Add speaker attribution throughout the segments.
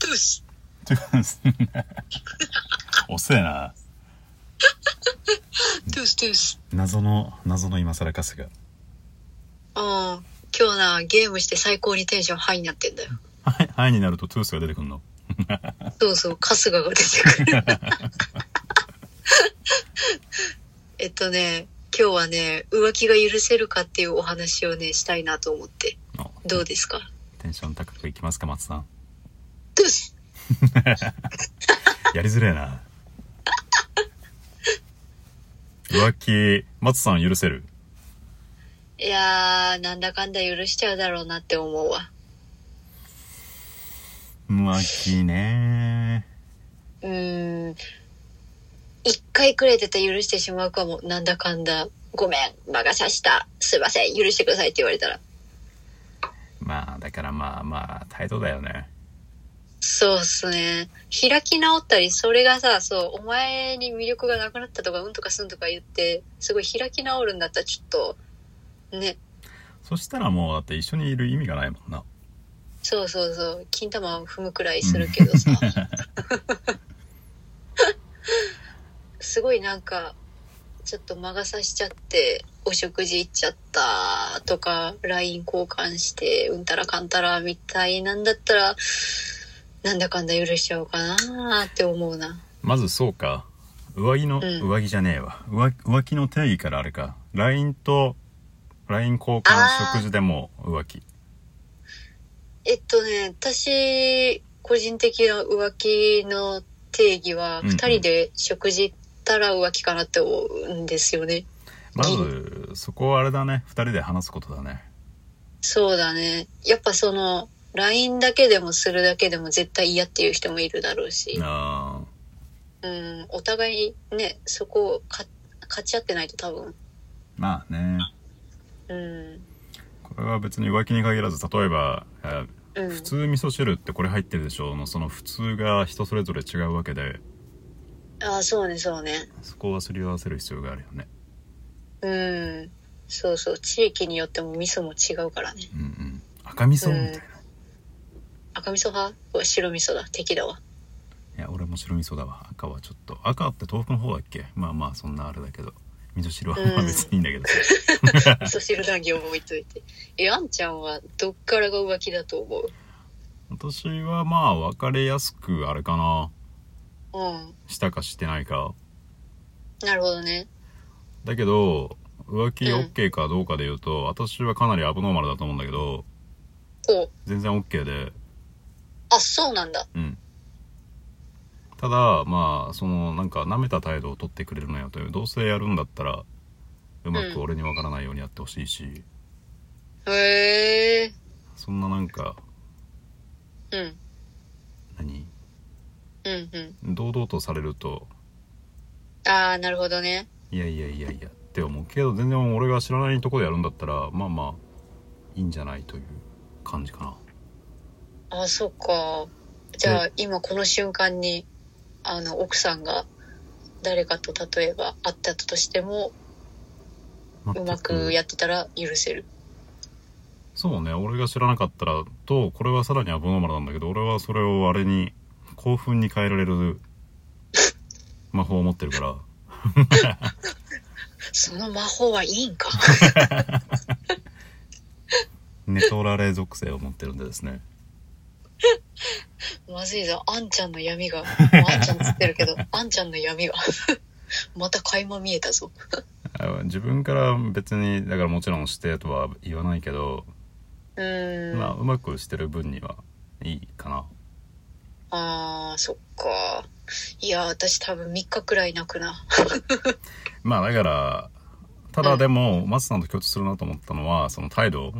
Speaker 1: です。
Speaker 2: ということですね。 遅えな。
Speaker 1: トゥーストゥース。
Speaker 2: 謎の、謎の今更かすが。
Speaker 1: うん。今日な、ゲームして最高にテンションハイになってんだよ。
Speaker 2: はい、はいになるとトゥースが出てくるの。
Speaker 1: そうそう、春日が出てくる。 えっとね、今日はね、浮気が許せるかっていうお話をね、したいなと思って。
Speaker 2: あ
Speaker 1: どうですか
Speaker 2: テンション高くいきますか、松さん。
Speaker 1: トゥース
Speaker 2: やりづれえ な。浮気、松さん許せる
Speaker 1: いやー、なんだかんだ許しちゃうだろうなって思うわ。
Speaker 2: 浮気ね
Speaker 1: うーん。一回くれてたら許してしまうかも。なんだかんだ。ごめん、魔が差した。すいません、許してくださいって言われたら。
Speaker 2: まあ、だからまあまあ、態度だよね。
Speaker 1: そうっすね。開き直ったり、それがさ、そう、お前に魅力がなくなったとか、うんとかすんとか言って、すごい開き直るんだったら、ちょっと、ね。
Speaker 2: そしたらもう、だって一緒にいる意味がないもんな。
Speaker 1: そうそうそう、金玉を踏むくらいするけどさ。すごいなんか、ちょっと魔が差しちゃって、お食事行っちゃったとか、LINE 交換して、うんたらかんたらみたいなんだったら、なんだかんだ許しちゃおうかなーって思うな。
Speaker 2: まずそうか上着の、
Speaker 1: ん
Speaker 2: 上着じゃねえわ上浮気の定義からあれか LINE と LINE 交換
Speaker 1: あー
Speaker 2: 食事でもう浮気
Speaker 1: えっとね、私、個人的な浮気の定義は、
Speaker 2: うんうん
Speaker 1: 二人で食事行ったら浮気かなって思うんですよね。
Speaker 2: まずそこはあれだね2人で話すことだね
Speaker 1: そうだね。やっぱその、LINE だけでもするだけでも絶対嫌っていう人もいるだろうし、
Speaker 2: あ
Speaker 1: うん、お互いね、そこをか勝ち合ってないと多分、
Speaker 2: ーまあね
Speaker 1: うん、
Speaker 2: これは別に浮気に限らず例えば、えー
Speaker 1: うん、
Speaker 2: 普通味噌汁ってこれ入ってるでしょのその普通が人それぞれ違うわけで
Speaker 1: ああ、そうね、そうね。
Speaker 2: そこはすり合わせる必要があるよね
Speaker 1: うん、そうそう、地域によっても味噌も違うからね。
Speaker 2: うんうん赤味噌みた
Speaker 1: う
Speaker 2: いな、
Speaker 1: ん赤味噌派は白味噌だ、敵だわ。
Speaker 2: いや俺も白味噌だわ赤はちょっと赤って豆腐の方だっけまあまあそんなあれだけど味噌汁は
Speaker 1: うん
Speaker 2: まあ別にいいんだけど、
Speaker 1: 味噌汁談義を置いといて。え、あんちゃんはどっからが浮気だと思う
Speaker 2: 私はまあ分かりやすくあれかな
Speaker 1: うん。
Speaker 2: したかしてないか
Speaker 1: なるほどね。
Speaker 2: だけど浮気
Speaker 1: うん
Speaker 2: OK かどうかで言うと、私はかなりアブノーマルだと思うんだけど
Speaker 1: ほう。
Speaker 2: 全然 OK で
Speaker 1: あ、そうなんだ。
Speaker 2: うんただまあそのなんか舐めた態度を取ってくれるのよというどうせやるんだったらうまく俺に分からないようにやってほしいし、
Speaker 1: へえ。
Speaker 2: そんななんか
Speaker 1: うん。
Speaker 2: 何
Speaker 1: うんうん。
Speaker 2: 堂々とされると
Speaker 1: ああ、なるほどね。
Speaker 2: いやいやいやいやって思うけど全然俺が知らないとこでやるんだったらまあまあいいんじゃないという感じかな
Speaker 1: あ、そっか。じゃあ、今この瞬間に、あの、奥さんが、誰かと例えば会ったとしても、
Speaker 2: 全
Speaker 1: うまくやってたら許せる。
Speaker 2: そうね俺が知らなかったらとこれはさらにアブノーマルなんだけど俺はそれをあれに興奮に変えら れる魔法を持ってるから
Speaker 1: その魔法はいい んか。
Speaker 2: ネトラレ属性を持ってるんでですね
Speaker 1: まずいぞ、あんちゃんの闇 が。もうあんちゃんつってるけど、あんちゃんの闇が。 また垣間見えたぞ。
Speaker 2: あ自分から別にだからもちろんしてとは言わないけど、
Speaker 1: うーん。
Speaker 2: まあ
Speaker 1: あ
Speaker 2: うまくしてる分にはいいかな
Speaker 1: あー、そっか。いや、私多分3日くらい泣くな。
Speaker 2: まあだからただでも、松さんと共通するなと思ったのはその態度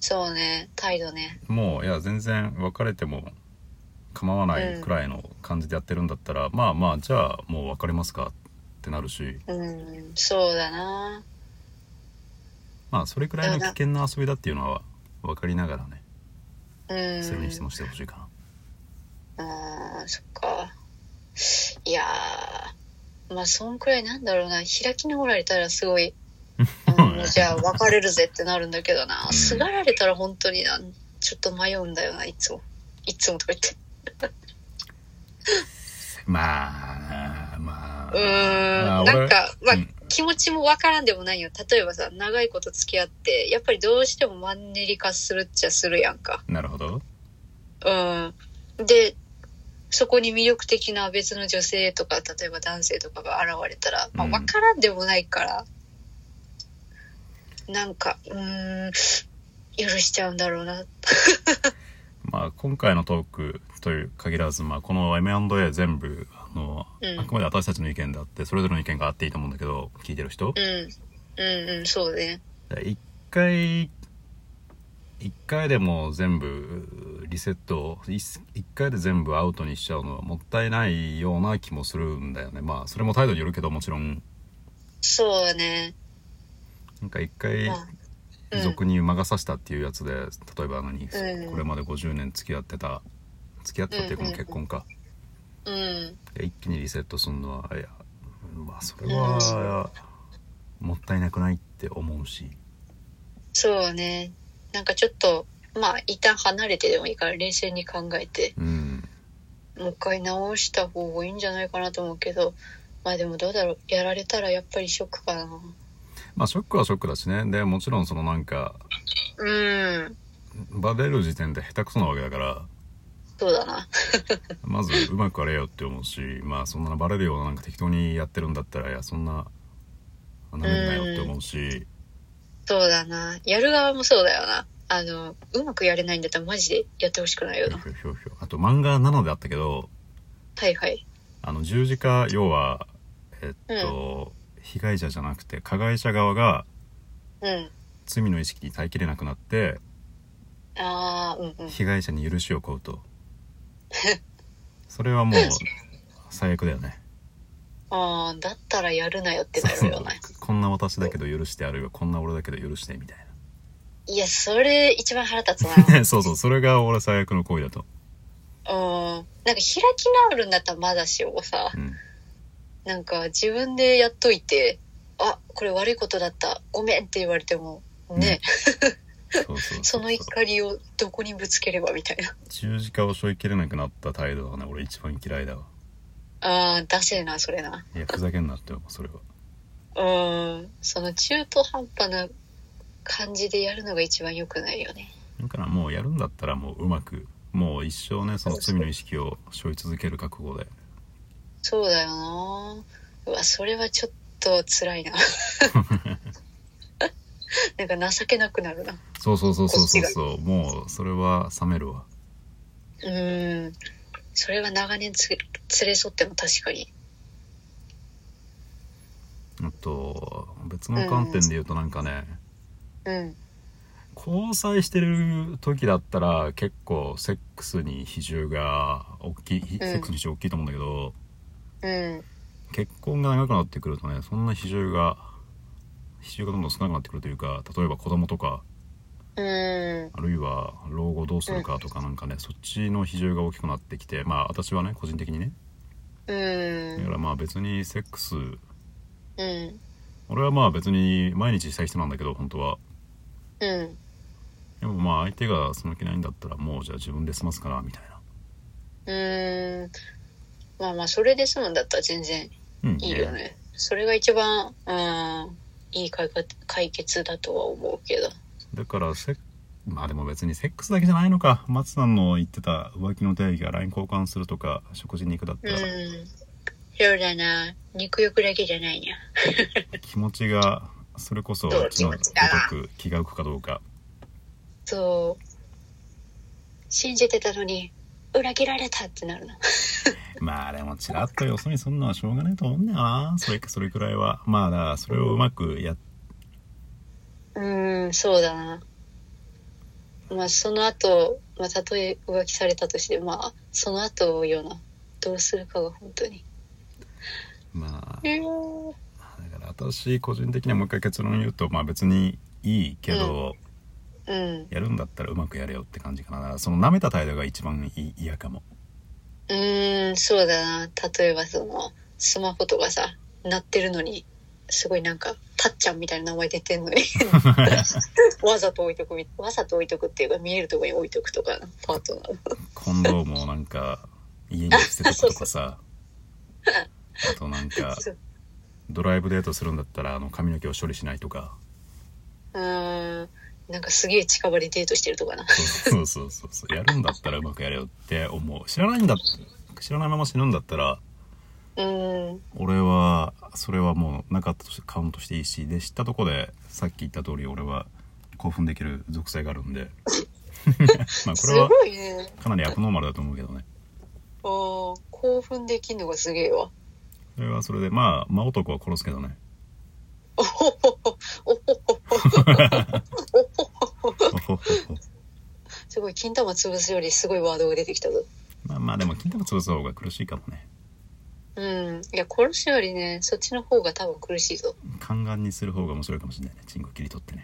Speaker 1: そうね、態度ね。
Speaker 2: もういや全然別れても構わないくらいの感じでやってるんだったら、まあまあじゃあもう別れますかってなるし
Speaker 1: うん、そうだな。
Speaker 2: まあそれくらいの危険な遊びだっていうのは分かりながらね
Speaker 1: うん。
Speaker 2: するにしてもしてほしいかな
Speaker 1: あーそっか。いやー、まあ、そんくらいなんだろうな。開き直られたらす ごい、うんもうじゃあ別れるぜってなるんだけどな。
Speaker 2: うん
Speaker 1: すがられたら本当にな、ちょっと迷うんだよな、いつも。いつもとか言って。
Speaker 2: まあ、まあ。
Speaker 1: うー
Speaker 2: まあ
Speaker 1: ん、
Speaker 2: 俺
Speaker 1: なんか、まあ、
Speaker 2: うん
Speaker 1: 気持ちもわからんでもないよ。例えばさ、長いこと付き合って、やっぱりどうしてもマンネリ化するっちゃするやんか。
Speaker 2: なるほど。
Speaker 1: うん。で、そこに魅力的な別の女性とか、例えば男性とかが現れたら、まあ、
Speaker 2: うん
Speaker 1: わからんでもないから、なんか、うーん、許しちゃうんだろうな。
Speaker 2: まあ、今回のトークという限らず、まあ、この M&A 全部、あの、
Speaker 1: うん
Speaker 2: あくまで私たちの意見であって、それぞれの意見があっていいと思うんだけど、聞いてる人
Speaker 1: う。ん。うんうん、そうね。
Speaker 2: 一回、一回でも全部リセットを、一一回で全部アウトにしちゃうのはもったいないような気もするんだよね。まあ、それも態度によるけど、もちろん、
Speaker 1: そうね。
Speaker 2: なんか一回
Speaker 1: ま、あうん
Speaker 2: 俗に魔が差したっていうやつで例えば何、
Speaker 1: うん
Speaker 2: これまで50年付き合ってた付き合ってたっていうか
Speaker 1: うん
Speaker 2: もう結婚か、
Speaker 1: うん。
Speaker 2: いや一気にリセットするのはいやまあそれは、もったいなくないって思うし
Speaker 1: そうね。なんかちょっと、まあ、一旦離れてでもいいから冷静に考えて、
Speaker 2: うん
Speaker 1: もう一回直した方がいいんじゃないかなと思うけど、まあでもどうだろう。やられたらやっぱりショックかな。
Speaker 2: まあショックはショックだしねでもちろんそのなんか
Speaker 1: うん。
Speaker 2: バレる時点で下手くそなわけだから
Speaker 1: そうだな。
Speaker 2: まずうまくあれよって思うしまあそんなバレるようななんか適当にやってるんだったらいやそんななめんなよって思うし、
Speaker 1: そうだな。やる側もそうだよな。あの、うまくやれないんだったらマジでやってほしくないよ
Speaker 2: ひょ
Speaker 1: な。
Speaker 2: ひょひょひょあと漫画7であったけど
Speaker 1: はいはい。
Speaker 2: あの十字架要はえっと、被害者じゃなくて加害者側が
Speaker 1: うん。
Speaker 2: 罪の意識に耐えきれなくなって
Speaker 1: ああ、うんうん。
Speaker 2: 被害者に許しを請うとそれはもう最悪だよね
Speaker 1: ああ、だったらやるなよってなるよ な。
Speaker 2: こんな私だけど許してあるいはこんな俺だけど許してみたい
Speaker 1: いや、それ一番腹立つな。
Speaker 2: な そうそうそれが俺最悪の行為だと、
Speaker 1: うん。なんか開き直るんだったらまだしもさ、
Speaker 2: うん、
Speaker 1: なんか自分でやっといて、あ、これ悪いことだった。ごめんって言われても、ね、
Speaker 2: そうそう う
Speaker 1: その怒りをどこにぶつければみたいな。
Speaker 2: 十字架を背負いきれなくなった態度がね俺一番嫌いだわ
Speaker 1: ああ、ダセえな、それな。
Speaker 2: いやふざけんなって思うそれは
Speaker 1: うん。その中途半端な感じでやるのが一番良くないよね。
Speaker 2: だからもうやるんだったらもううまくもう一生ねその罪の意識を背負い続ける覚悟で
Speaker 1: そうだよな。うわ、それはちょっと辛いな。なんか情けなくなるな。
Speaker 2: そうそうそうそうそうそうもうそれは冷めるわ
Speaker 1: うん。それは長年つ連れ添っても確かに。
Speaker 2: あと別の観点で言うとなんかね、
Speaker 1: うん。
Speaker 2: 交際してる時だったら結構セックスに比重が大きい、セックスの比重大きいと思うんだけど
Speaker 1: うん。
Speaker 2: 結婚が長くなってくるとねそんな比重が比重がどんどん少なくなってくるというか例えば子供とか
Speaker 1: うん。
Speaker 2: あるいは老後どうするかとかなんかね、そっちの比重が大きくなってきてまあ私はね個人的にね
Speaker 1: う
Speaker 2: だか
Speaker 1: ん。
Speaker 2: らまあ別にセックス
Speaker 1: うん。
Speaker 2: 俺はまあ別に毎日したい人なんだけど本当は
Speaker 1: うん。
Speaker 2: でもまあ相手がその気ないんだったらもうじゃあ自分で済ますからみたいな
Speaker 1: うん。まあまあ、それで済むんだったら全然
Speaker 2: うん
Speaker 1: いいよね。それが一番、うん、いい解決解決だとは思うけど。
Speaker 2: だからセッまあでも別にセックスだけじゃないのか松さんの言ってた浮気の定義が LINE 交換するとか食事に行くだった
Speaker 1: う
Speaker 2: ら、
Speaker 1: ん。そうだな。肉欲だけじゃないな。
Speaker 2: 気持ちがそれこそ
Speaker 1: そう
Speaker 2: ちのご
Speaker 1: 気持ちだな
Speaker 2: とく気が浮くかどうか
Speaker 1: そう。信じてたのに、裏切られたってなるな。
Speaker 2: まあでもちらっとよそ見すんのはしょうがないと思うんだよなそれそれくらいはまあだからそれをうまくやっ
Speaker 1: うん、そうだな。まあ、その後、まあ、たとえ浮気されたとして、まあ、その後よな。どうするかが本当に。
Speaker 2: まあ
Speaker 1: うん。
Speaker 2: だから私個人的にはもう一回結論言うとまあ別にいいけど、
Speaker 1: うん。
Speaker 2: やるんだったらうまくやれよって感じかなだからその舐めた態度が一番い嫌かも
Speaker 1: うん、そうだな。例えば、その、スマホとかさ、鳴ってるのに、すごいなんか、たっちゃんみたいな名前出てんのにわざと置いとくみわざと置いとくっていうか見えるところに置いとくとかパートナー
Speaker 2: 今度もなんか家に捨てとくと かさあとなんか
Speaker 1: そう
Speaker 2: ドライブデートするんだったらあの髪の毛を処理しないとか
Speaker 1: うーんなんかすげえ近場でデートしてるとかな
Speaker 2: そうそうそうそうやるんだったらうまくやれよって思う知らないんだ知らないまま死ぬんだったら
Speaker 1: うーん
Speaker 2: 俺はそれはもうなかったとしてカウントしていいしで知ったとこでさっき言った通り俺は興奮できる属性があるんで まあこ
Speaker 1: す
Speaker 2: れは
Speaker 1: ごいね
Speaker 2: かなりアブノーマルだと思うけどね
Speaker 1: あー興奮できんのがすげえわ
Speaker 2: それはそれでまあ真男は殺すけどね
Speaker 1: おほほほおほほほおほほほ
Speaker 2: おほほほ
Speaker 1: すごい金玉潰すよりすごいワードが出てきたぞ
Speaker 2: まあまあでも金玉潰す方が苦しいかもね
Speaker 1: うんいや殺すよりねそっちの方が多分苦しいぞ
Speaker 2: 宦官にする方が面白いかもしれないねチンコ切り取ってね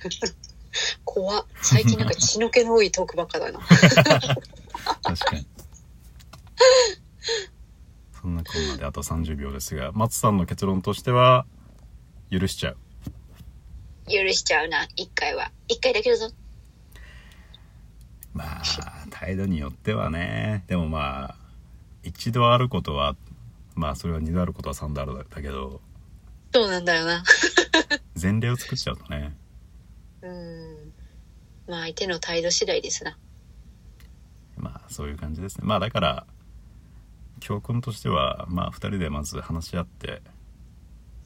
Speaker 1: 怖っ最近なん か血の気の多いトークばっかだな
Speaker 2: 確かにそんなこんなであと30秒ですが松さんの結論としては許しちゃう
Speaker 1: 許しちゃうな一回は一回だけだぞ
Speaker 2: まあ態度によってはねでもまあ一度あることはまあそれは二度あることは三度あるだけど
Speaker 1: そうなんだよ な
Speaker 2: 前例を作っちゃうとね
Speaker 1: うんまあ相手の態度次第ですな
Speaker 2: まあそういう感じですねまあだから教訓としてはまあ2人でまず話し合って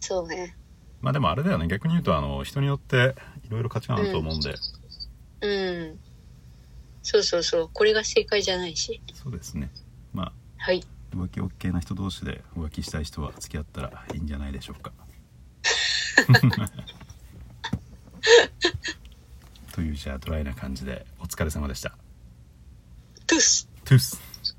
Speaker 1: そうね
Speaker 2: まあでもあれだよね逆に言うとあの人によっていろいろ価値観あると思うんで、
Speaker 1: うんそうそうそうこれが正解じゃないし
Speaker 2: そうですねまあ
Speaker 1: はい
Speaker 2: 浮気 OK な人同士で浮気したい人は付き合ったらいいんじゃないでしょうかというじゃあドライな感じでお疲れ様でした
Speaker 1: トゥース
Speaker 2: トゥース